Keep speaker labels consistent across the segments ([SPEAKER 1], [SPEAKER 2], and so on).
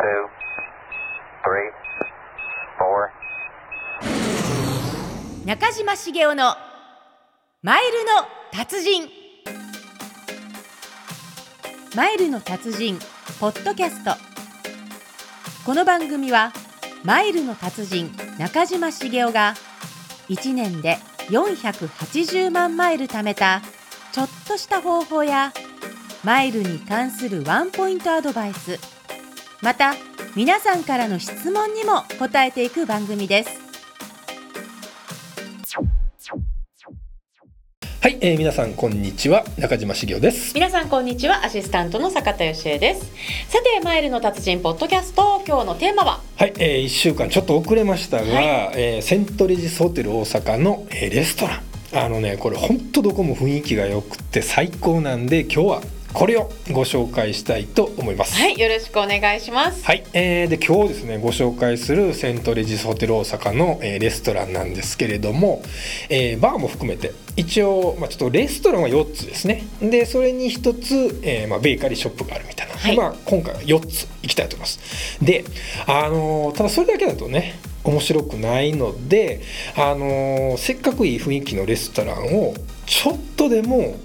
[SPEAKER 1] two, three, four.
[SPEAKER 2] 中島茂雄のマイルの達人マイルの達人ポッドキャストこの番組はマイルの達人中島茂雄が1年で480万マイル貯めたちょっとした方法やマイルに関するワンポイントアドバイスまた皆さんからの質問にも答えていく番組です
[SPEAKER 3] はい、えー、皆さんこんにちは中島茂雄です。
[SPEAKER 4] 皆さんこんにちはアシスタントの坂田芳恵ですさてマイルの達人ポッドキャスト今日のテーマは
[SPEAKER 3] はい、えー、1週間ちょっと遅れましたが、えーセントレジスホテル大阪の、えーレストランあのねこれ本当どこも雰囲気が良くて最高なんで今日はこれをご紹介したいと思います。
[SPEAKER 4] はいよろしくお願いします
[SPEAKER 3] はい、えーで今日ですねご紹介するセントレジスホテル大阪の、えーレストランなんですけれども、えーバーも含めて一応、まあ、ちょっとレストランは4つですねでそれに1つ、えーまあ、ベーカリーショップがあるみたいな、
[SPEAKER 4] はい
[SPEAKER 3] まあ、今回は4つ行きたいと思いますで、あのーただそれだけだとね面白くないので、あのーせっかくいい雰囲気のレストランをちょっとでも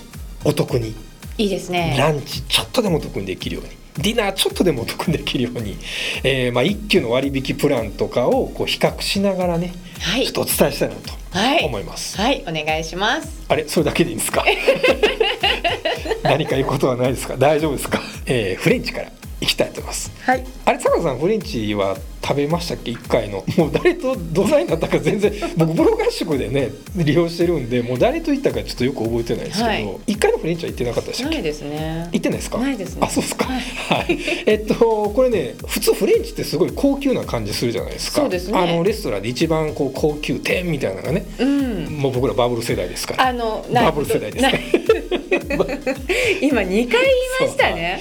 [SPEAKER 3] お得に
[SPEAKER 4] いいですね
[SPEAKER 3] ランチちょっとでもお得にできるようにディナーちょっとでもお得にできるように、えーまあ、一級の割引プランとかをこう比較しながらね、
[SPEAKER 4] はい
[SPEAKER 3] ちょっとお伝えしたいなと
[SPEAKER 4] はい
[SPEAKER 3] 思います、
[SPEAKER 4] はいお願いします
[SPEAKER 3] あれそれだけでいいん ですか何か言うことはないですか大丈夫ですか、えーフレンチからいきたいと思います
[SPEAKER 4] はい
[SPEAKER 3] あれ坂田さんフレンチは食べましたっけ1回のもう誰とどないなったか全然僕ブロ合宿でね利用してるんでもう誰と行ったかちょっとよく覚えてないですけど、
[SPEAKER 4] はい
[SPEAKER 3] 1回のフレンチは行ってなかったでしたっ
[SPEAKER 4] な
[SPEAKER 3] け
[SPEAKER 4] いですね
[SPEAKER 3] 行ってないですか
[SPEAKER 4] ないですね
[SPEAKER 3] あそうですか
[SPEAKER 4] はい
[SPEAKER 3] はい、えっとこれね普通フレンチってすごい高級な感じするじゃないですか
[SPEAKER 4] そうですね
[SPEAKER 3] あのレストランで一番こう高級店みたいなのがね
[SPEAKER 4] うん
[SPEAKER 3] もう僕らバブル世代ですから
[SPEAKER 4] あのな
[SPEAKER 3] バブル世代ですから
[SPEAKER 4] な今二回言いましたね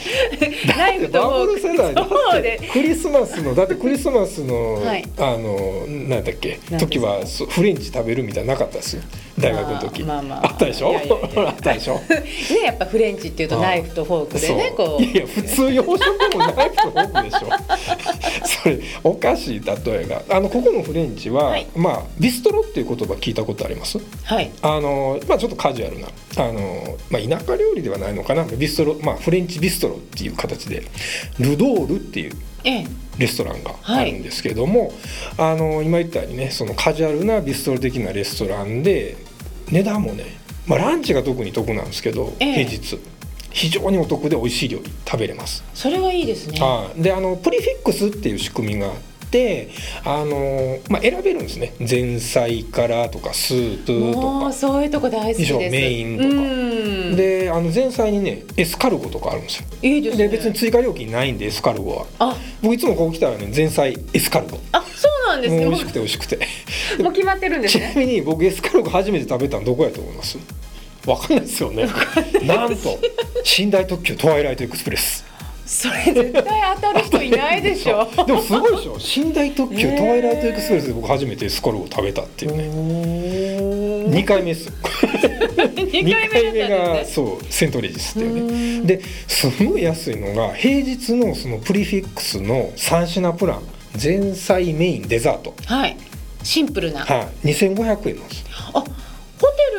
[SPEAKER 4] ライブと
[SPEAKER 3] バブル
[SPEAKER 4] フォーク
[SPEAKER 3] 世代だっ
[SPEAKER 4] そ
[SPEAKER 3] て
[SPEAKER 4] うで
[SPEAKER 3] クリスマスのだってクリスマスの、
[SPEAKER 4] はい
[SPEAKER 3] あのなんだっけ
[SPEAKER 4] 何ですか
[SPEAKER 3] 時はそうフレンチ食べるみたいなのなかったですよ大学の時、
[SPEAKER 4] まあまあまあ
[SPEAKER 3] ったでしょ
[SPEAKER 4] いやいやいや
[SPEAKER 3] あったでしょ
[SPEAKER 4] ねやっぱフレンチっていうとナイフとフォークでね
[SPEAKER 3] そう
[SPEAKER 4] こう
[SPEAKER 3] いやいや普通洋食もナイフとフォーク でしょそれおかしい例えがあのここのフレンチは、
[SPEAKER 4] はい
[SPEAKER 3] まあビストロっていう言葉聞いたことあります
[SPEAKER 4] はい
[SPEAKER 3] あの、まあ、ちょっとカジュアルなあの、まあ、田舎料理ではないのかなビストロ、まあ、フレンチビストロっていう形でルドールっていう
[SPEAKER 4] ええ
[SPEAKER 3] レストランがあるんですけども、あの今言ったようにねそのカジュアルなビストロ的なレストランで値段もね、まあ、ランチが特に得なんですけど、
[SPEAKER 4] ええ
[SPEAKER 3] 平日非常にお得で美味しい料理食べれます。
[SPEAKER 4] それはいいですね
[SPEAKER 3] はいであのプリフィックスっていう仕組みがあってあの、まあ、選べるんですね前菜からとかスープと
[SPEAKER 4] も
[SPEAKER 3] か
[SPEAKER 4] う。そういうとこ大好きです
[SPEAKER 3] 以上メインとか
[SPEAKER 4] うん
[SPEAKER 3] であの前菜にねエスカルゴとかあるんですよ。
[SPEAKER 4] いいですね
[SPEAKER 3] で別に追加料金ないんでエスカルゴは。
[SPEAKER 4] あ
[SPEAKER 3] 僕いつもここ来たらね前菜エスカルゴ。
[SPEAKER 4] あそうなんです
[SPEAKER 3] もう
[SPEAKER 4] ね
[SPEAKER 3] 美
[SPEAKER 4] も
[SPEAKER 3] 味しくて美味しくて。
[SPEAKER 4] うもう決まってるんです
[SPEAKER 3] ちな
[SPEAKER 4] ね
[SPEAKER 3] みに僕エスカルゴ初めて食べたのどこやと思いますわかんないですよねなんと寝台特急トワイライトエクスプレス
[SPEAKER 4] それ絶対当たる人いないでしょ
[SPEAKER 3] でもすごいでしょ寝台特急
[SPEAKER 4] ねえ
[SPEAKER 3] トワイライトエクスプレスで僕初めてエスカルゴ食べたっていうね2回目です
[SPEAKER 4] 2
[SPEAKER 3] 2
[SPEAKER 4] 回
[SPEAKER 3] 回
[SPEAKER 4] 目
[SPEAKER 3] 目
[SPEAKER 4] だったん
[SPEAKER 3] が
[SPEAKER 4] ですね
[SPEAKER 3] そうセントレジスっていう
[SPEAKER 4] う
[SPEAKER 3] ねですごい安いのが平日のそのプリフィックスの3品プラン前菜メインデザート、
[SPEAKER 4] はいシンプルな、
[SPEAKER 3] はい、2500円なんです
[SPEAKER 4] あホテ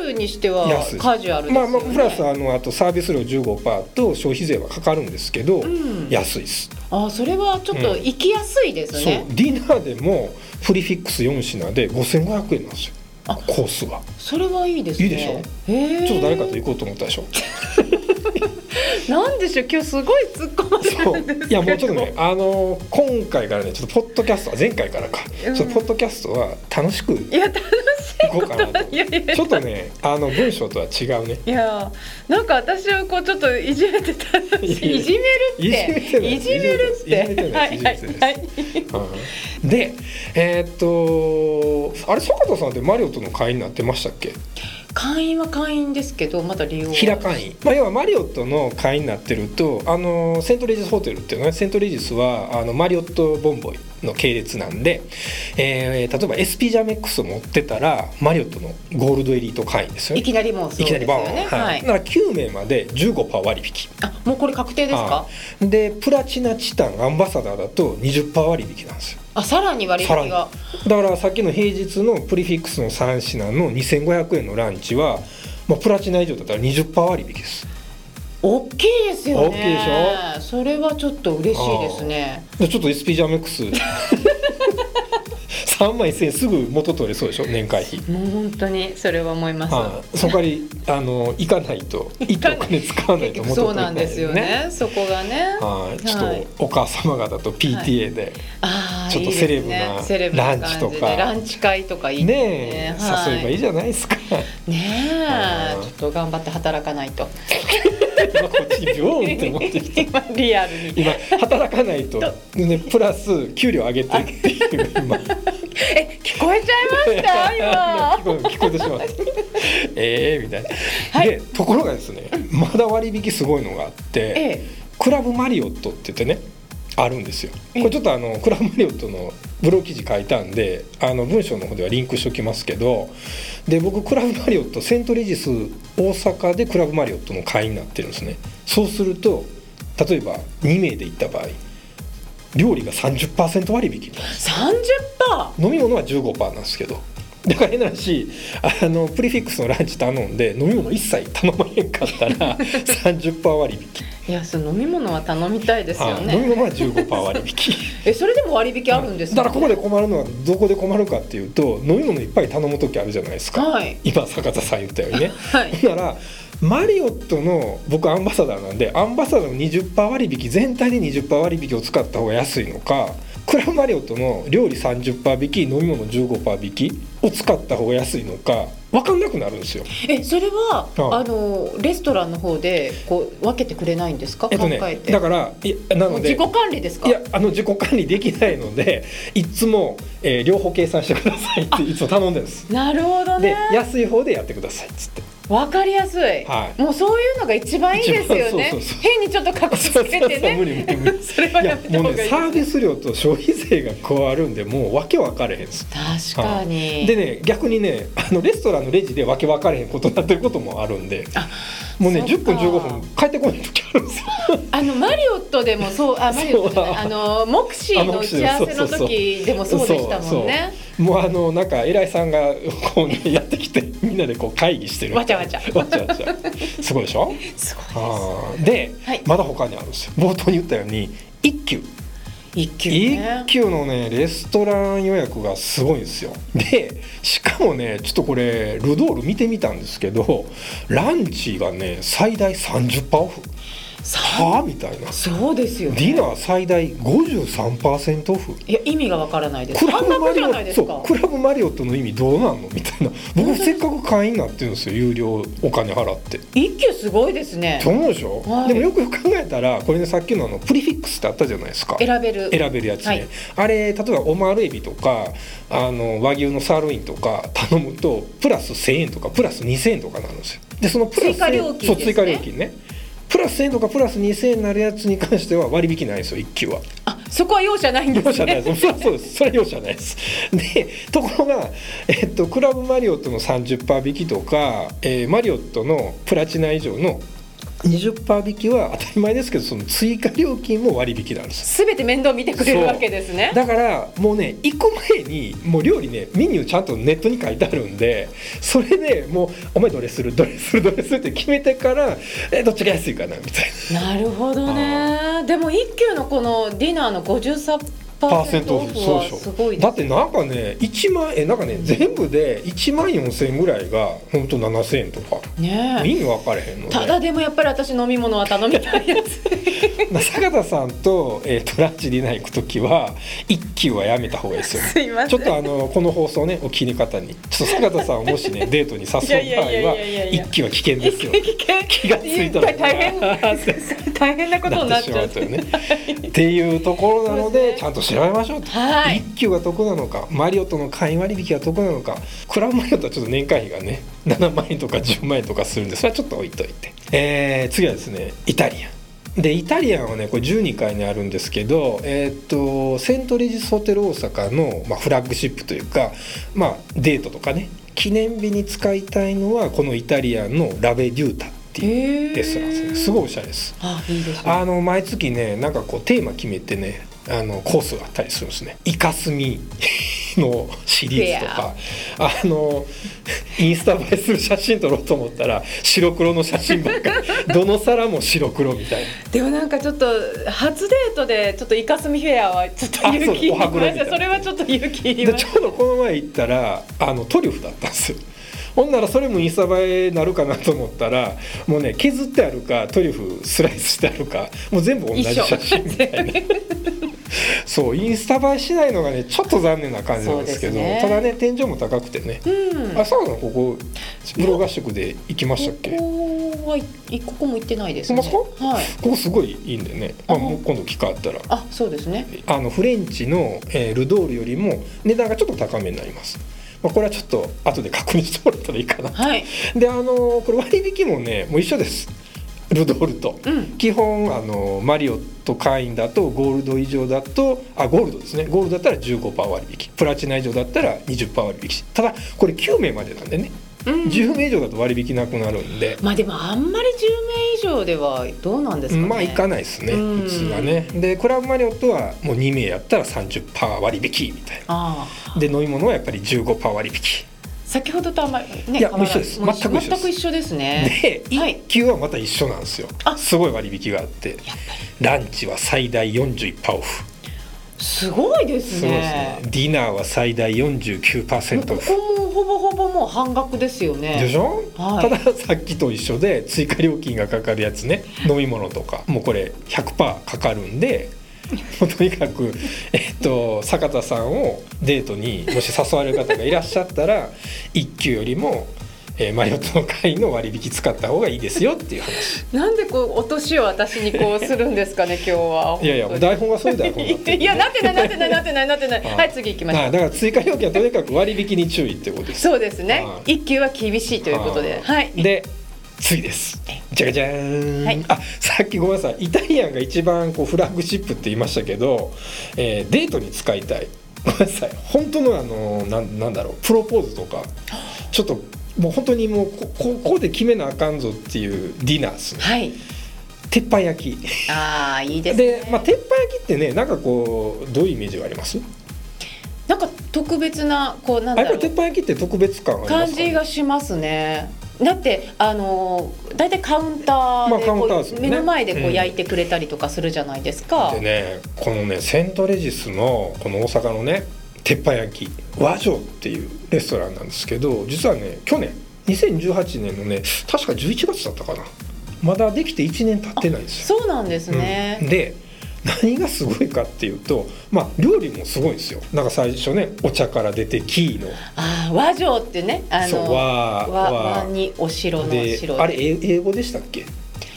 [SPEAKER 4] ルにしては
[SPEAKER 3] 安い
[SPEAKER 4] カジュアルです
[SPEAKER 3] まあ
[SPEAKER 4] よね
[SPEAKER 3] まあプラスあのあとサービス料15%と消費税はかかるんですけど、
[SPEAKER 4] ん
[SPEAKER 3] 安いです、
[SPEAKER 4] あそれはちょっと行きやすいです
[SPEAKER 3] そう
[SPEAKER 4] ね、
[SPEAKER 3] ディナーでもプリフィックス4品で5500円なんですよ
[SPEAKER 4] あ
[SPEAKER 3] コースは
[SPEAKER 4] それはいいですね
[SPEAKER 3] いいでしょ
[SPEAKER 4] へえ
[SPEAKER 3] ちょっと誰かと行こうと思ったでしょ
[SPEAKER 4] なんでしょう今日すごい突っ込まれ
[SPEAKER 3] そ
[SPEAKER 4] るんです
[SPEAKER 3] う
[SPEAKER 4] けど
[SPEAKER 3] いやもうちょっと ねあの今回からねちょっとポッドキャストは前回からか、
[SPEAKER 4] うん
[SPEAKER 3] ちょっとポッドキャストは楽しく
[SPEAKER 4] いや楽し
[SPEAKER 3] 行こうか なと
[SPEAKER 4] いいやいやいや
[SPEAKER 3] ちょっとねあの文章とは違うね
[SPEAKER 4] いやーなんか私をこうちょっといじめてたんです
[SPEAKER 3] いやいやい
[SPEAKER 4] いじ
[SPEAKER 3] じ
[SPEAKER 4] め
[SPEAKER 3] め
[SPEAKER 4] るっ
[SPEAKER 3] な
[SPEAKER 4] て
[SPEAKER 3] い
[SPEAKER 4] いじめるっ
[SPEAKER 3] いじめて
[SPEAKER 4] て
[SPEAKER 3] な
[SPEAKER 4] はいい
[SPEAKER 3] いじ
[SPEAKER 4] は
[SPEAKER 3] めて
[SPEAKER 4] い
[SPEAKER 3] な
[SPEAKER 4] はいい
[SPEAKER 3] うんでえーっとあれ坂田さんってマリオとの会員になってましたっけ
[SPEAKER 4] 会員は会員ですけどまだ利用は
[SPEAKER 3] 平会員、まあ、要はマリオットの会員になってるとあのセントレジスホテルっていうのねセントレジスはあのマリオットボンボイの系列なんで、えー例えば SP ジャメックスを持ってたらマリオットのゴールドエリート会員ですよ
[SPEAKER 4] い
[SPEAKER 3] ね
[SPEAKER 4] きなりもうそう
[SPEAKER 3] いきな
[SPEAKER 4] です
[SPEAKER 3] りバ
[SPEAKER 4] よ
[SPEAKER 3] ーン、
[SPEAKER 4] ね。
[SPEAKER 3] は、
[SPEAKER 4] はいい
[SPEAKER 3] だ。から9名まで15%割引
[SPEAKER 4] あ、もうこれ確定ですか
[SPEAKER 3] は。いでプラチナチタンアンバサダーだと20%割引なんですよ
[SPEAKER 4] あ、さらに割
[SPEAKER 3] さら
[SPEAKER 4] 引
[SPEAKER 3] に
[SPEAKER 4] が。
[SPEAKER 3] だからさっきの平日のプリフィックスの3品の2500円のランチは、まあ、プラチナ以上だったら20%割引です
[SPEAKER 4] 大きいですよね。
[SPEAKER 3] 大きいで
[SPEAKER 4] しょ。それはちょっと嬉しいですね。
[SPEAKER 3] でちょっと SP ジャム X 3万1000円すぐ元取れそうでしょ年会費
[SPEAKER 4] もう本当にそれは思います。
[SPEAKER 3] はい、そこからあの行かないと行ってお金使わないと元
[SPEAKER 4] 結局
[SPEAKER 3] 取
[SPEAKER 4] そう
[SPEAKER 3] れな
[SPEAKER 4] ないんですよね。そこがね。
[SPEAKER 3] はい、ちょ
[SPEAKER 4] はい
[SPEAKER 3] っとお母様方と PTA で、
[SPEAKER 4] あー
[SPEAKER 3] ちょっと
[SPEAKER 4] いい
[SPEAKER 3] セレ
[SPEAKER 4] で
[SPEAKER 3] ブ
[SPEAKER 4] す
[SPEAKER 3] な
[SPEAKER 4] ねセレブな
[SPEAKER 3] ランチとか
[SPEAKER 4] 感じでランチ会とかいいです
[SPEAKER 3] ねえ、
[SPEAKER 4] はい
[SPEAKER 3] 誘えばいいじゃないですか
[SPEAKER 4] ねえ、
[SPEAKER 3] うん
[SPEAKER 4] ちょっと頑張って働かないと。
[SPEAKER 3] 今こっちにビョーンって 持ってきて
[SPEAKER 4] 今リアルに。
[SPEAKER 3] 今働かないと、ね、プラス給料上げてっていう 今
[SPEAKER 4] え、聞こえちゃいました今。
[SPEAKER 3] 聞こえ聞こえてしまった ええみたいな、
[SPEAKER 4] はい
[SPEAKER 3] でところがですねまだ割引すごいのがあって、
[SPEAKER 4] ええ、
[SPEAKER 3] クラブマリオットって言ってねあるんですよこ
[SPEAKER 4] ええ
[SPEAKER 3] れちょっとあのク ラブマリオットのブログ記事書いたんであの文章の方ではリンクしておきますけどで僕クラブマリオットセントレジス大阪でクラブマリオットの会員になってるんですねそうすると例えば2名で行った場合料理が30%割引
[SPEAKER 4] 三十パ
[SPEAKER 3] 飲み物は15%なんですけどだから変な話あのプリフィックスのランチ頼んで飲み物一切頼まへんかったら30%割引
[SPEAKER 4] ー。いや、その飲み物は頼みたいですよ
[SPEAKER 3] はい飲み
[SPEAKER 4] ね。
[SPEAKER 3] 物は15%割 引
[SPEAKER 4] え、それでも割引あるんです
[SPEAKER 3] だ
[SPEAKER 4] か、
[SPEAKER 3] からここで困るのはどこで困るかっていうと飲み物いっぱい頼む時あるじゃないですか
[SPEAKER 4] はい。
[SPEAKER 3] 今坂田さん言ったようにね
[SPEAKER 4] はい。
[SPEAKER 3] だからマリオットの僕アンバサダーなんでアンバサダーの20%割引全体で20%割引を使った方が安いのかクラブマリオットの料理30%引き飲み物15%引きを使った方が安いのか分かんなくなるんですよ
[SPEAKER 4] え、それは、
[SPEAKER 3] はい
[SPEAKER 4] あのレストランの方でこう分けてくれないんですか？
[SPEAKER 3] えっと
[SPEAKER 4] 考え
[SPEAKER 3] ね
[SPEAKER 4] て。
[SPEAKER 3] だからいやな
[SPEAKER 4] もう
[SPEAKER 3] ので
[SPEAKER 4] 自己管理ですか？
[SPEAKER 3] いやあの自己管理できないのでいつも、えー両方計算してくださいっていつも頼んでるんです
[SPEAKER 4] なるほど
[SPEAKER 3] で
[SPEAKER 4] ね。
[SPEAKER 3] 安い方でやってくださいっつって
[SPEAKER 4] わかりやすい,、
[SPEAKER 3] はい
[SPEAKER 4] もうそういうのが一番いいですよね
[SPEAKER 3] 一番そうそうそう
[SPEAKER 4] 変にちょっと隠しつけ て
[SPEAKER 3] そうそうそう無
[SPEAKER 4] ね
[SPEAKER 3] 理無理無理
[SPEAKER 4] それはいや
[SPEAKER 3] や
[SPEAKER 4] めた
[SPEAKER 3] も
[SPEAKER 4] 方
[SPEAKER 3] う
[SPEAKER 4] がい
[SPEAKER 3] ね
[SPEAKER 4] い
[SPEAKER 3] サービス料と消費税が加わるんでもう訳分かれへんです
[SPEAKER 4] 確かに、
[SPEAKER 3] でね逆にねあのレストランのレジで訳分かれへんことになってることもあるんで
[SPEAKER 4] あ
[SPEAKER 3] もうね
[SPEAKER 4] そっか
[SPEAKER 3] 10分15分帰ってこない時あるんですよ
[SPEAKER 4] あのマリオットでもそうあマリオットじゃないあのモクシーの打ち合わせの時でもそうでしたもんね
[SPEAKER 3] そうもうあのなんか偉いさんがこうねやってきてみんなでこう会議してる
[SPEAKER 4] わちゃわちゃ
[SPEAKER 3] わちゃわちゃすごいでしょ
[SPEAKER 4] すごいで
[SPEAKER 3] あーで、
[SPEAKER 4] はい
[SPEAKER 3] まだ他にあるんですよ冒頭に言ったように一休
[SPEAKER 4] す一級
[SPEAKER 3] 一
[SPEAKER 4] ね
[SPEAKER 3] 休のねレストラン予約がすごいんですよでしかもねちょっとこれルドール見てみたんですけどランチがね最大30%オフ
[SPEAKER 4] さあ
[SPEAKER 3] はあみたいな
[SPEAKER 4] そうですよ
[SPEAKER 3] デ
[SPEAKER 4] ね
[SPEAKER 3] ィナー最大53%オフ
[SPEAKER 4] いや意味がわからないです
[SPEAKER 3] クラ
[SPEAKER 4] 半
[SPEAKER 3] ブマ
[SPEAKER 4] 額じ
[SPEAKER 3] リ
[SPEAKER 4] ゃ
[SPEAKER 3] オ
[SPEAKER 4] ないで
[SPEAKER 3] ッ
[SPEAKER 4] す
[SPEAKER 3] ト
[SPEAKER 4] か
[SPEAKER 3] そうクラブマリオットの意味どうなんのみたいな僕せっかく会員になってるんですよ有料お金払って
[SPEAKER 4] 一級すごいですね
[SPEAKER 3] と思うでしょ、
[SPEAKER 4] はい
[SPEAKER 3] でもよくよく考えたらこれねさっきのあのプリフィックスってあったじゃないですか
[SPEAKER 4] 選べる
[SPEAKER 3] 選べるやつね、
[SPEAKER 4] はい
[SPEAKER 3] あれ例えばオマールエビとかあの和牛のサーロインとか頼むとプラス1000円とかプラス2000円とかなるんですよでそのプラス
[SPEAKER 4] 追加料金ですね
[SPEAKER 3] そう追加料金ねプラス1000円とかプラス2000円になるやつに関しては割引ないんですよ一級 は
[SPEAKER 4] あそこは容赦ないんですね
[SPEAKER 3] 容赦ないですそれはそうですそれは容赦ないですでところが、えっと、クラブマリオットの30%引きとか、えーマリオットのプラチナ以上の20%引きは当たり前ですけどその追加料金も割引なんです
[SPEAKER 4] 全て面倒見てくれるわけですね
[SPEAKER 3] だからもうね行く前にもう料理ねメニューちゃんとネットに書いてあるんで それでもうお前どれするどれするどれするって決めてからえどっちが安いかなみたい
[SPEAKER 4] なるほどね。でも一級のこのディナーの五十三パ
[SPEAKER 3] な
[SPEAKER 4] ーセントオフ
[SPEAKER 3] そう
[SPEAKER 4] は
[SPEAKER 3] でし
[SPEAKER 4] す
[SPEAKER 3] ょ
[SPEAKER 4] ごいで
[SPEAKER 3] だ
[SPEAKER 4] す
[SPEAKER 3] っ。てなんかね1万えなんかね全部で1万4000円ぐらいがほんと7000円とか
[SPEAKER 4] ね
[SPEAKER 3] 意味分かれへんので
[SPEAKER 4] え。ただでもやっぱり私飲み物は頼みたいやつ。
[SPEAKER 3] 坂田さんと,、えーとランチディナー行く時は一級はやめた方がいいですよ
[SPEAKER 4] すいませ
[SPEAKER 3] ち
[SPEAKER 4] ん。
[SPEAKER 3] ょっとあのこの放送ねお聞きの方にちょっと坂田さんをもしねデートに誘う場合
[SPEAKER 4] いやいやいやいや
[SPEAKER 3] はい
[SPEAKER 4] や
[SPEAKER 3] 一気は危険ですよ気がついたら
[SPEAKER 4] 大変 大変なことに
[SPEAKER 3] な
[SPEAKER 4] なっ
[SPEAKER 3] ってし
[SPEAKER 4] ち
[SPEAKER 3] ま
[SPEAKER 4] ゃう
[SPEAKER 3] う。というねっていうところなの
[SPEAKER 4] そうです
[SPEAKER 3] で
[SPEAKER 4] ね
[SPEAKER 3] ちゃんと調べましょうと。
[SPEAKER 4] はい。
[SPEAKER 3] 一級が得なのかマリオとの会員割引が得なのかクラブマリオとはちょっと年会費がね7万円とか10万円とかするんでそれはちょっと置いといて、えー次はですねイタリアンでイタリアンはねこれ12階にあるんですけど、えーっとセントレジスホテル大阪の、まあ、フラッグシップというか、まあ、デートとかね記念日に使いたいのはこのイタリアンのラベデュータっていうレストランですねすごいおしゃれです
[SPEAKER 4] あいいですね
[SPEAKER 3] あの毎月ねなんかこうテーマ決めてねあのコースがあったりするんですねイカスミのシリーズとかあのインスタ映えする写真撮ろうと思ったら白黒の写真ばっかりどの皿も白黒みたいな
[SPEAKER 4] でもなんかちょっと初デートでちょっとイカスミフェアはちょっと勇気いりま
[SPEAKER 3] あそうおはぐれみた
[SPEAKER 4] し
[SPEAKER 3] い
[SPEAKER 4] た
[SPEAKER 3] な
[SPEAKER 4] それはちょっと勇気いり
[SPEAKER 3] で
[SPEAKER 4] ま
[SPEAKER 3] ち
[SPEAKER 4] し
[SPEAKER 3] ょうどこの前行ったらあのトリュフだったんですよほんならそれもインスタ映えなるかなと思ったらもうね削ってあるかトリュフスライスしてあるかもう全部同じ写真みたいなそうインスタ映えしないのがねちょっと残念な感じなんですけど
[SPEAKER 4] そうです
[SPEAKER 3] た
[SPEAKER 4] ね
[SPEAKER 3] だね天井も高くてね
[SPEAKER 4] たうん
[SPEAKER 3] あそうなのここプロ合宿で行きましたっけこ
[SPEAKER 4] ここはいここも行ってないですね
[SPEAKER 3] ほんまっす
[SPEAKER 4] はい
[SPEAKER 3] こすごいいいんでね、まあ、もう今度機会あったら
[SPEAKER 4] あそうですね
[SPEAKER 3] あのフレンチの、えールドールよりも値段がちょっと高めになります、まあ、これはちょっと後で確認してもらったらいいかな
[SPEAKER 4] はい
[SPEAKER 3] であのーこれ割引もねもう一緒ですルドールと、
[SPEAKER 4] うん
[SPEAKER 3] 基本あのーマリオット会員だとゴールド以上だとあゴールドですねゴールドだったら15%割引プラチナ以上だったら20%割引ただこれ9名までなんでね
[SPEAKER 4] うん
[SPEAKER 3] 10名以上だと割引なくなるんで、
[SPEAKER 4] まあでもあんまり10名以上ではどうなんですかね
[SPEAKER 3] まあいか
[SPEAKER 4] ない
[SPEAKER 3] ないですね
[SPEAKER 4] うん
[SPEAKER 3] 普通はねでクラブマリオットはもう2名やったら30%割引みたいな
[SPEAKER 4] ああ
[SPEAKER 3] で飲み物はやっぱり15%割引
[SPEAKER 4] 先ほどとあんまりね
[SPEAKER 3] いや
[SPEAKER 4] 変わら
[SPEAKER 3] もう一緒です
[SPEAKER 4] もう
[SPEAKER 3] 全く一緒です
[SPEAKER 4] 全く一緒ですね
[SPEAKER 3] で
[SPEAKER 4] はい
[SPEAKER 3] 1級はまた一緒なんですよ、
[SPEAKER 4] あ
[SPEAKER 3] すごい割引があって
[SPEAKER 4] やっぱ
[SPEAKER 3] ランチは最大41%オフ
[SPEAKER 4] りすごいですす
[SPEAKER 3] ごいです
[SPEAKER 4] ね
[SPEAKER 3] ねディナーは最大
[SPEAKER 4] もう
[SPEAKER 3] 49%
[SPEAKER 4] こ
[SPEAKER 3] オフ
[SPEAKER 4] こもほぼほぼもう半額ですよね
[SPEAKER 3] でしょ、
[SPEAKER 4] はい
[SPEAKER 3] たださっきと一緒で追加料金がかかるやつね飲み物とかもうこれ100%かかるんでもうとにかく、えっと、坂田さんをデートにもし誘われる方がいらっしゃったら1級よりも、えーマリオットの会の割引使った方がいいですよっていう話
[SPEAKER 4] なんでこう落としを私にこうするんです かね今日はい
[SPEAKER 3] やいや台本はそういう台 本だったよ
[SPEAKER 4] いやなってないなってないなってないなってない
[SPEAKER 3] ああ
[SPEAKER 4] はい次行きましょ
[SPEAKER 3] あ
[SPEAKER 4] う
[SPEAKER 3] だから追加料金はとにかく割引に注意ってことです
[SPEAKER 4] そうですね
[SPEAKER 3] は。い
[SPEAKER 4] 一級は厳しいということで、
[SPEAKER 3] は
[SPEAKER 4] はいい。
[SPEAKER 3] で次ですじゃじゃーん、
[SPEAKER 4] はい
[SPEAKER 3] あさっきごめんなさいイタリアンが一番こうフラッグシップって言いましたけど、えーデートに使いたいごめんなさい本当のあのなんなんだろうプロポーズとかちょっともう本当にもうこここで決めなあかんぞっていうディナーですね
[SPEAKER 4] はい。
[SPEAKER 3] 鉄板焼き
[SPEAKER 4] ああいいですね。
[SPEAKER 3] で、まあ、鉄板焼きってねなんかこうどういうイメージがあります
[SPEAKER 4] なんか特別なこうなん
[SPEAKER 3] あ
[SPEAKER 4] だ
[SPEAKER 3] やっぱ
[SPEAKER 4] ろ
[SPEAKER 3] り鉄
[SPEAKER 4] う
[SPEAKER 3] 板焼きって特別感ありますか、ね、
[SPEAKER 4] 感じがしますね。だってあのー大体カウンタ
[SPEAKER 3] まあ
[SPEAKER 4] ーで
[SPEAKER 3] カウンター
[SPEAKER 4] こ
[SPEAKER 3] です
[SPEAKER 4] う
[SPEAKER 3] よね
[SPEAKER 4] 目の前でこ
[SPEAKER 3] う
[SPEAKER 4] うん焼いてくれたりとかするじゃないですか
[SPEAKER 3] で。ねこのねセントレジスのこの大阪のね鉄板焼き和城っていうレストランなんですけど実はね去年2018年のね確か11月だったかなまだできて1年経ってないんですよ。
[SPEAKER 4] そうなんです
[SPEAKER 3] うん
[SPEAKER 4] ね。
[SPEAKER 3] で何がすごいかっていうとまあ料理もすごいんですよなんか最初ねお茶から出てキーの
[SPEAKER 4] ああ和城ってねあ
[SPEAKER 3] そう
[SPEAKER 4] の
[SPEAKER 3] 和
[SPEAKER 4] 和和にお城の
[SPEAKER 3] で
[SPEAKER 4] 城
[SPEAKER 3] あれ英英語でしたっけ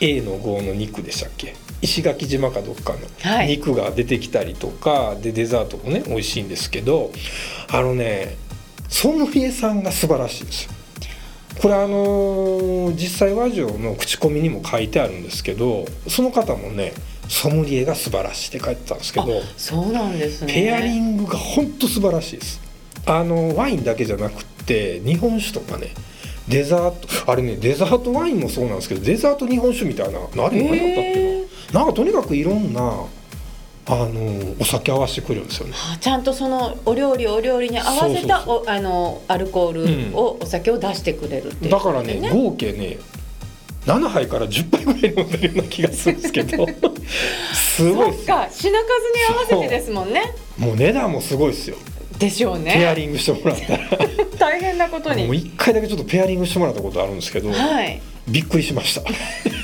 [SPEAKER 3] A の号の肉でしたっけ石垣島かどっか
[SPEAKER 4] は
[SPEAKER 3] の
[SPEAKER 4] い
[SPEAKER 3] 肉が出てきたりとか、でデザートもね美味しいんですけどあのねソムリエさんが素晴らしいですよこれあのー実際和上の口コミにも書いてあるんですけどその方もねソムリエが素晴らしいって書いてたんですけど
[SPEAKER 4] そうなんですね。
[SPEAKER 3] ペアリングが本当素晴らしいですあのワインだけじゃなくって日本酒とかねデザートあれねデザートワインもそうなんですけどデザート日本酒みたいな何何だったっけ
[SPEAKER 4] へー
[SPEAKER 3] ななんかとにかくいろんなあのお酒合わせてくれるんですよね
[SPEAKER 4] あちゃんとそのお料理お料理に合わせた
[SPEAKER 3] そう
[SPEAKER 4] おあのアルコールを、お酒を出してくれるっていう
[SPEAKER 3] だから
[SPEAKER 4] こと
[SPEAKER 3] ね
[SPEAKER 4] で
[SPEAKER 3] 合計ね7杯から10杯ぐらい飲んでるような気がするんですけどすごいで
[SPEAKER 4] そっ
[SPEAKER 3] すよ
[SPEAKER 4] か品数に合わせてですもんね
[SPEAKER 3] もう値段もすごいですよ
[SPEAKER 4] でしょう
[SPEAKER 3] ペア
[SPEAKER 4] ね
[SPEAKER 3] リングしてもらったら
[SPEAKER 4] 大変なこと
[SPEAKER 3] もう
[SPEAKER 4] に
[SPEAKER 3] 1回だけちょっとペアリングしてもらったことあるんですけど、
[SPEAKER 4] はい
[SPEAKER 3] びっくりしました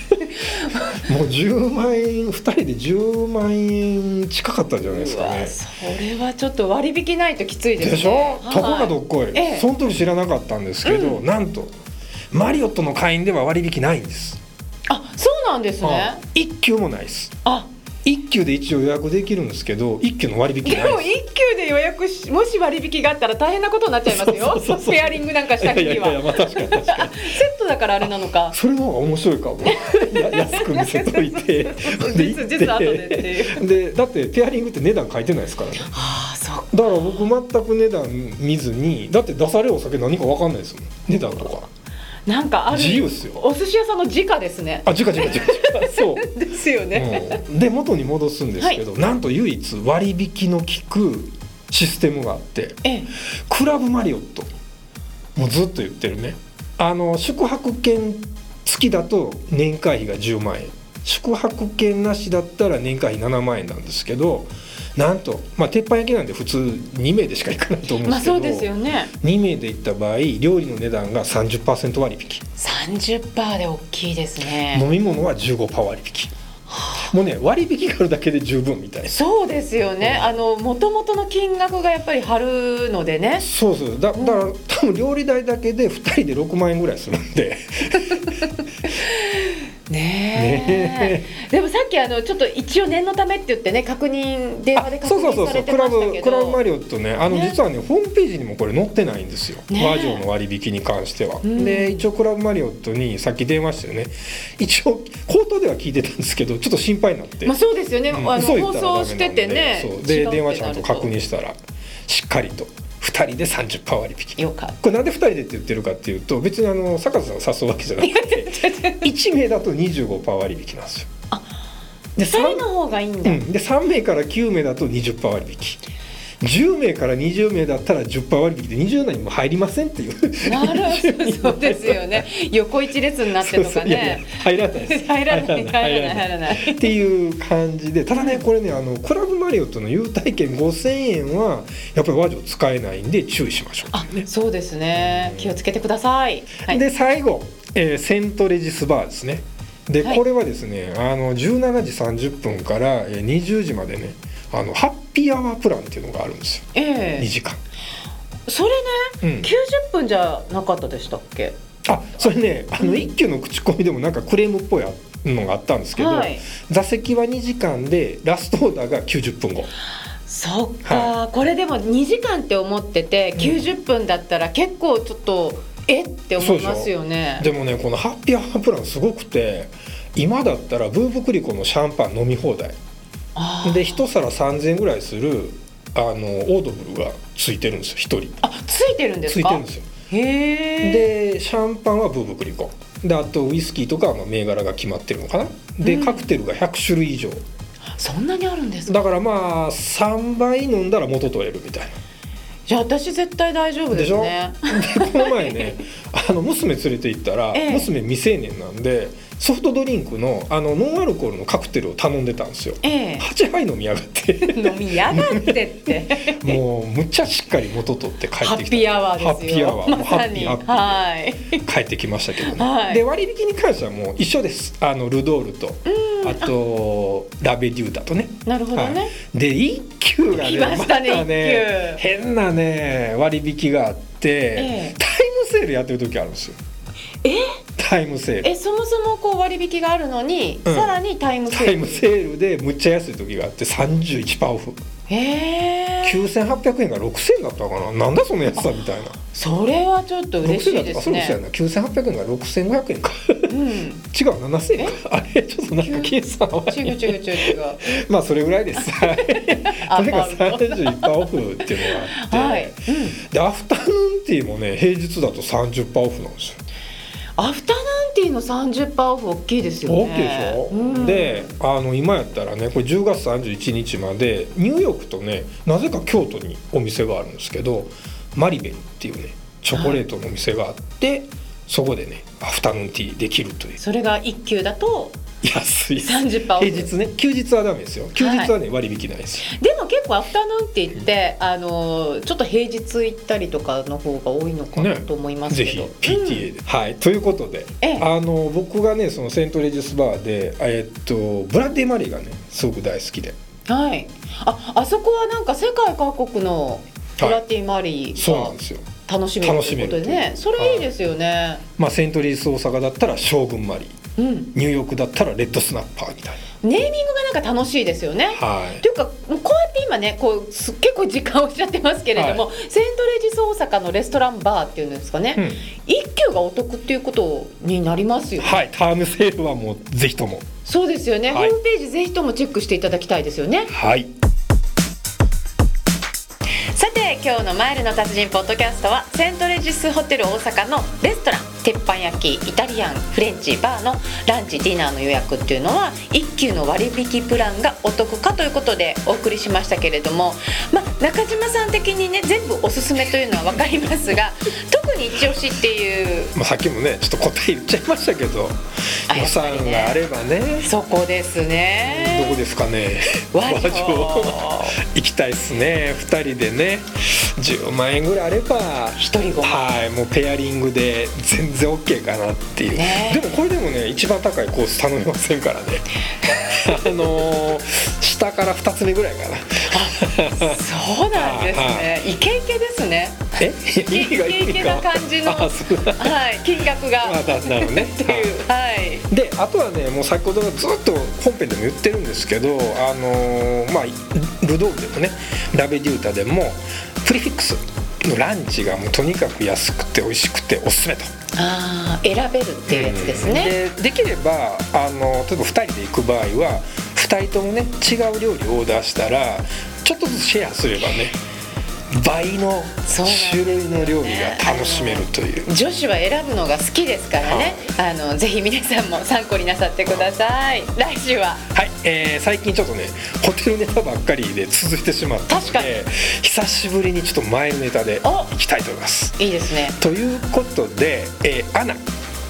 [SPEAKER 3] もう10万円2人で10万円近かったんじゃないです
[SPEAKER 4] う
[SPEAKER 3] か
[SPEAKER 4] わ
[SPEAKER 3] ね
[SPEAKER 4] それはちょっと割引ないときついです
[SPEAKER 3] で
[SPEAKER 4] ね
[SPEAKER 3] しょ、
[SPEAKER 4] はい
[SPEAKER 3] とこがどっこい、
[SPEAKER 4] ええ
[SPEAKER 3] その時知らなかったんですけど、なんとマリオットの会員では割引ないんです、
[SPEAKER 4] あそうなんですね
[SPEAKER 3] 1級もないです
[SPEAKER 4] あ
[SPEAKER 3] 1級で一応予約できるんですけど1級の割引
[SPEAKER 4] で
[SPEAKER 3] ない
[SPEAKER 4] も
[SPEAKER 3] です
[SPEAKER 4] 一級で予約しもし割引があったら大変なことになっちゃいます
[SPEAKER 3] そう
[SPEAKER 4] よ
[SPEAKER 3] そうそうそう
[SPEAKER 4] ペアリングなんかした
[SPEAKER 3] い
[SPEAKER 4] 日
[SPEAKER 3] やい
[SPEAKER 4] に
[SPEAKER 3] やいや
[SPEAKER 4] は
[SPEAKER 3] まあ確かに確かに
[SPEAKER 4] セットだからあれなのか
[SPEAKER 3] それの方が面白いかもや 安く見せといて
[SPEAKER 4] 実実は後でってい
[SPEAKER 3] でだってペアリングって値段書いてないですからね
[SPEAKER 4] ああそう
[SPEAKER 3] だから僕全く値段見ずにだって出されるお酒何か分かんないですもん値段とか
[SPEAKER 4] なんかある
[SPEAKER 3] 自由っすよ
[SPEAKER 4] お寿司屋さんの直ですね
[SPEAKER 3] あ違う違う違う 違うそう
[SPEAKER 4] ですよね、
[SPEAKER 3] うんで元に戻すんですけど、なんと唯一割引の効くシステムがあって
[SPEAKER 4] ええ
[SPEAKER 3] クラブマリオットもうずっと言ってるねあの宿泊券付きだと年会費が10万円宿泊券なしだったら年会費7万円なんですけどなんと、まあ、鉄板焼きなんで普通2名でしか行かないと思うんで
[SPEAKER 4] まあ
[SPEAKER 3] すけど、
[SPEAKER 4] そうですよね
[SPEAKER 3] 2名で行った場合料理の値段が30%割引
[SPEAKER 4] 30%で大きいですね
[SPEAKER 3] 飲み物は15%割引もうね割引があるだけで十分みたいな
[SPEAKER 4] そうですよねあの元々の金額がやっぱり張るのでね
[SPEAKER 3] そうそうだだから、多分料理代だけで2人で6万円ぐらいするんで
[SPEAKER 4] ねえ
[SPEAKER 3] ね
[SPEAKER 4] でもさっきあのちょっと一応念のためって言ってね確認電話で
[SPEAKER 3] あ
[SPEAKER 4] 確
[SPEAKER 3] そうそうそ
[SPEAKER 4] 認
[SPEAKER 3] う
[SPEAKER 4] さ
[SPEAKER 3] そ
[SPEAKER 4] れ
[SPEAKER 3] う
[SPEAKER 4] て
[SPEAKER 3] ク
[SPEAKER 4] ま
[SPEAKER 3] ラ
[SPEAKER 4] した
[SPEAKER 3] ブ
[SPEAKER 4] け
[SPEAKER 3] クラブ
[SPEAKER 4] ど
[SPEAKER 3] マリオットねあの
[SPEAKER 4] ね
[SPEAKER 3] 実はねホームページにもこれ載ってないんですよ、
[SPEAKER 4] ね
[SPEAKER 3] バージョンの割引に関しては、
[SPEAKER 4] うん
[SPEAKER 3] で一応クラブマリオットにさっき電話してね一応口頭では聞いてたんですけどちょっと心配になって、
[SPEAKER 4] まあそうですよね、
[SPEAKER 3] うん
[SPEAKER 4] あの
[SPEAKER 3] 嘘言
[SPEAKER 4] 放
[SPEAKER 3] ったらダメなん
[SPEAKER 4] 送
[SPEAKER 3] で
[SPEAKER 4] しててね
[SPEAKER 3] そうで
[SPEAKER 4] 違うって
[SPEAKER 3] 電
[SPEAKER 4] な
[SPEAKER 3] 話
[SPEAKER 4] る
[SPEAKER 3] ちゃんと確認したらしっかりと2人で30%割引
[SPEAKER 4] よかっ
[SPEAKER 3] これなんで2人でって言ってるかっていうと別にあの坂田さんを誘うわけじゃなくて1名だ と25%割引なんですよで
[SPEAKER 4] たそれ
[SPEAKER 3] 3
[SPEAKER 4] の方がいいん
[SPEAKER 3] う
[SPEAKER 4] だ、
[SPEAKER 3] ん、で3名から9名だと20%割引10名から20名だったら10%割引で20名にも入りませんっていう
[SPEAKER 4] なるほどそうですよね横一列になってる の
[SPEAKER 3] そうそ
[SPEAKER 4] か
[SPEAKER 3] ういやい
[SPEAKER 4] ね
[SPEAKER 3] や入らないです
[SPEAKER 4] 入らない入らない入らない
[SPEAKER 3] っていう感じでただねこれねあのクラブマリオットの優待券5000円はやっぱり和女使えないんで注意しましょう
[SPEAKER 4] あそうですね気をつけてください、はい、
[SPEAKER 3] で最後、えーセントレジスバーですねで、
[SPEAKER 4] はい
[SPEAKER 3] これはですねあの17時30分からえー20時までねあのハッピーアワープランっていうのがあるんですよ
[SPEAKER 4] え
[SPEAKER 3] 2
[SPEAKER 4] え
[SPEAKER 3] 時間、
[SPEAKER 4] それ
[SPEAKER 3] う
[SPEAKER 4] ね
[SPEAKER 3] ん、
[SPEAKER 4] 90分じゃなかったでしたっけ
[SPEAKER 3] あそれねあの一休の口コミでもなんかクレームっぽいのがあったんですけど、
[SPEAKER 4] はい
[SPEAKER 3] 座席は2時間でラストオーダーが90分後
[SPEAKER 4] そっか、これでも2時間って思ってて90分だったら結構ちょっとえって思いますよね
[SPEAKER 3] でもねこのハッピーアワープランすごくて今だったらブーブクリコのシャンパン飲み放題
[SPEAKER 4] あー
[SPEAKER 3] で一皿3000円ぐらいするあのオードブルがついてるんですよ1人
[SPEAKER 4] あついてるんで
[SPEAKER 3] つ
[SPEAKER 4] す
[SPEAKER 3] いて
[SPEAKER 4] か
[SPEAKER 3] るんですよ
[SPEAKER 4] へえ
[SPEAKER 3] でシャンパンはブーブクリコであとウイスキーとかはまあ銘柄が決まってるのかなで
[SPEAKER 4] うん
[SPEAKER 3] カクテルが100種類以上
[SPEAKER 4] そんなにあるんですか
[SPEAKER 3] だからまあ3倍飲んだら元取れるみたいな
[SPEAKER 4] じゃあ私絶対大丈夫ですね
[SPEAKER 3] で この前 ねあの娘連れて行ったら、
[SPEAKER 4] ええ
[SPEAKER 3] 娘未成年なんでソフトドリンクのあのノンアルコールのカクテルを頼んでたんですよ
[SPEAKER 4] ええ
[SPEAKER 3] 8杯飲みやがって
[SPEAKER 4] 飲みやがってって
[SPEAKER 3] もうむっちゃしっかり元取って帰
[SPEAKER 4] ハ
[SPEAKER 3] って
[SPEAKER 4] ッ
[SPEAKER 3] き
[SPEAKER 4] ピー
[SPEAKER 3] た
[SPEAKER 4] アワーですよ
[SPEAKER 3] ハッピーアワー
[SPEAKER 4] まさに
[SPEAKER 3] ハッピーハ
[SPEAKER 4] はい
[SPEAKER 3] 帰ってきましたけどね、
[SPEAKER 4] はい
[SPEAKER 3] で割引に関してはもう一緒ですあのルドールとあとラベデュータとね
[SPEAKER 4] なるほど
[SPEAKER 3] は
[SPEAKER 4] ね、
[SPEAKER 3] い、で一級がね
[SPEAKER 4] 来ましたね
[SPEAKER 3] たね
[SPEAKER 4] 一
[SPEAKER 3] 変なね割引があって、
[SPEAKER 4] え
[SPEAKER 3] タイムセールやってる時あるんですよ
[SPEAKER 4] え
[SPEAKER 3] タイムセール
[SPEAKER 4] えそもそもこう割引があるのに、
[SPEAKER 3] うん
[SPEAKER 4] さらにタイムセ
[SPEAKER 3] タイ
[SPEAKER 4] ー
[SPEAKER 3] ム
[SPEAKER 4] ル
[SPEAKER 3] セールでむっちゃ安い時があって31%オフ
[SPEAKER 4] へえ
[SPEAKER 3] 9800円が6000円だったかななんだその安さみたいな
[SPEAKER 4] それはちょっと嬉し
[SPEAKER 3] 6000
[SPEAKER 4] い
[SPEAKER 3] 円だ
[SPEAKER 4] で
[SPEAKER 3] とか
[SPEAKER 4] す
[SPEAKER 3] そうですよ
[SPEAKER 4] ね
[SPEAKER 3] ね9800円が6500円か
[SPEAKER 4] うん
[SPEAKER 3] 違う7000円かあれちょっとなんか計算合わない
[SPEAKER 4] 違う違う違う違 う。
[SPEAKER 3] まあそれぐらいですはいとにかく
[SPEAKER 4] あ
[SPEAKER 3] 31%オフっていうのがあって、
[SPEAKER 4] はい。うん。
[SPEAKER 3] でアフタヌーンティーもね平日だと30%オフなんですよ
[SPEAKER 4] アフタヌーンティーの三十パーオフ大きいですよ
[SPEAKER 3] 大
[SPEAKER 4] ね。
[SPEAKER 3] きいでしょ、
[SPEAKER 4] うん、
[SPEAKER 3] であの今やったらねこれ10月31日までニューヨークとねなぜか京都にお店があるんですけどマリベルっていうねチョコレートのお店があって、そこでねアフタヌーンティーできるという
[SPEAKER 4] それが一級だと
[SPEAKER 3] 安いです
[SPEAKER 4] 三十パーオ
[SPEAKER 3] 平
[SPEAKER 4] フ。
[SPEAKER 3] 日ね休日はダメですよ休日はね、割引ないですよ
[SPEAKER 4] でも結構アフタヌーンティーってあのちょっと平日行ったりとかの方が多いのかな
[SPEAKER 3] ね
[SPEAKER 4] と思います
[SPEAKER 3] ぜ
[SPEAKER 4] け
[SPEAKER 3] ひ
[SPEAKER 4] ど。うん
[SPEAKER 3] PTA で、はいということで、
[SPEAKER 4] ええ
[SPEAKER 3] あの僕がねそのセントレジスバーでえっとブラッディ・マリーがねすごく大好きで
[SPEAKER 4] はい。ああそこはなんか世界各国のブラティマリ
[SPEAKER 3] そう
[SPEAKER 4] ー
[SPEAKER 3] なん
[SPEAKER 4] が
[SPEAKER 3] ですよ
[SPEAKER 4] 楽しめる
[SPEAKER 3] 楽
[SPEAKER 4] と
[SPEAKER 3] し
[SPEAKER 4] い
[SPEAKER 3] め
[SPEAKER 4] う
[SPEAKER 3] る
[SPEAKER 4] ことで
[SPEAKER 3] とい
[SPEAKER 4] ね
[SPEAKER 3] う。
[SPEAKER 4] それいいですよね。
[SPEAKER 3] まあ、セントリース大阪だったら将軍マリー
[SPEAKER 4] うん。
[SPEAKER 3] ニューヨークだったらレッドスナッパーみたい
[SPEAKER 4] ネーミングがなんか楽しいですよね。
[SPEAKER 3] な。は
[SPEAKER 4] っ
[SPEAKER 3] い
[SPEAKER 4] ていうかもうこうやって今ねこうす結構時間おっしゃってますけれども、セントレジス大阪のレストランバーっていうんですかね、
[SPEAKER 3] うん
[SPEAKER 4] 一休がお得っていうことになりますよね、
[SPEAKER 3] はい、タームセールはもうぜひとも。
[SPEAKER 4] そうですよね、
[SPEAKER 3] はい
[SPEAKER 4] ホームページぜひともチェックしていただきたいですよね
[SPEAKER 3] はい、
[SPEAKER 4] さて今日の「マイルの達人」ポッドキャストはセントレジスホテル大阪のレストラン鉄板焼きイタリアンフレンチバーのランチディナーの予約っていうのは一級の割引プランがお得かということでお送りしましたけれども、まあ、中島さん的にね全部おすすめというのは分かりま すが特に一押しっていう
[SPEAKER 3] まあ、さっきもね、ちょっと答え言っちゃいましたけど。
[SPEAKER 4] あ
[SPEAKER 3] 予
[SPEAKER 4] やっぱ
[SPEAKER 3] 算
[SPEAKER 4] りね
[SPEAKER 3] があればね。
[SPEAKER 4] そこです
[SPEAKER 3] どこ
[SPEAKER 4] ね。
[SPEAKER 3] ですかね。
[SPEAKER 4] 和
[SPEAKER 3] 和
[SPEAKER 4] 洋
[SPEAKER 3] 上行きたいっすね。二人でね。10万円ぐらいあれば。
[SPEAKER 4] 一人ご 飯
[SPEAKER 3] はい、もうペアリングで全然 OK かなっていう、
[SPEAKER 4] ね
[SPEAKER 3] でもこれでもね一番高いコース頼みませんからね あのー下から2つ目ぐらいかな
[SPEAKER 4] そうなんですね。イケイケですね。
[SPEAKER 3] えいや意味が意
[SPEAKER 4] イケイ
[SPEAKER 3] 味
[SPEAKER 4] ケ
[SPEAKER 3] が
[SPEAKER 4] な感じの
[SPEAKER 3] あそう
[SPEAKER 4] はい、金額が。
[SPEAKER 3] まあだなるほどね
[SPEAKER 4] っていう、はい。
[SPEAKER 3] であとはねもう先ほどずっと本編でも言ってるんですけどあのーまあルドールでもねラベデュータでもプリフィックスのランチがもうとにかく安くて美味しくておすすめと
[SPEAKER 4] ああ、選べるっていうやつですね。
[SPEAKER 3] うんでできればあの例えば2人で行く場合は2人ともね違う料理をオーダーしたらちょっとずつシェアすればね倍の
[SPEAKER 4] そうなんです
[SPEAKER 3] 種類の料理が楽しめるという。
[SPEAKER 4] 女子は選ぶのが好きですからね、あのぜひ皆さんも参考になさってください来週は
[SPEAKER 3] はい、えー最近ちょっとねホテルネタばっかりで続いてしまったの
[SPEAKER 4] 確かに
[SPEAKER 3] で久しぶりにちょっと前のネタで
[SPEAKER 4] お
[SPEAKER 3] いきたいと思います。
[SPEAKER 4] いいですね
[SPEAKER 3] ということで、えーアナ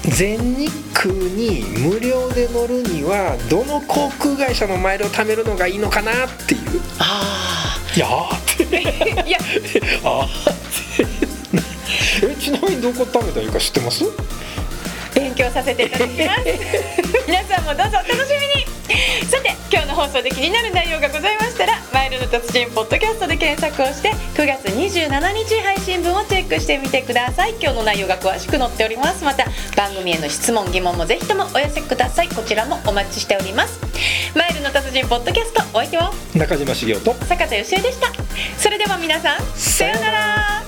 [SPEAKER 3] 全日空に無料で乗るにはどの航空会社のマイルを貯めるのがいいのかなっていう
[SPEAKER 4] あ
[SPEAKER 3] いやーって
[SPEAKER 4] あ いや
[SPEAKER 3] あーってえ ちなみにどこ食べたらいいか知ってます
[SPEAKER 4] 勉強させていただきます皆さんもどうぞお楽しみにさて今日の放送で気になる内容がございましたら「マイルの達人」ポッドキャストで検索をして9月27日配信分をチェックしてみてください今日の内容が詳しく載っておりますまた番組への質問疑問もぜひともお寄せくださいこちらもお待ちしておりますマイルの達人ポッドキャストお相手は
[SPEAKER 3] 中島茂雄と
[SPEAKER 4] 坂田芳恵でしたそれでは皆さんさようなら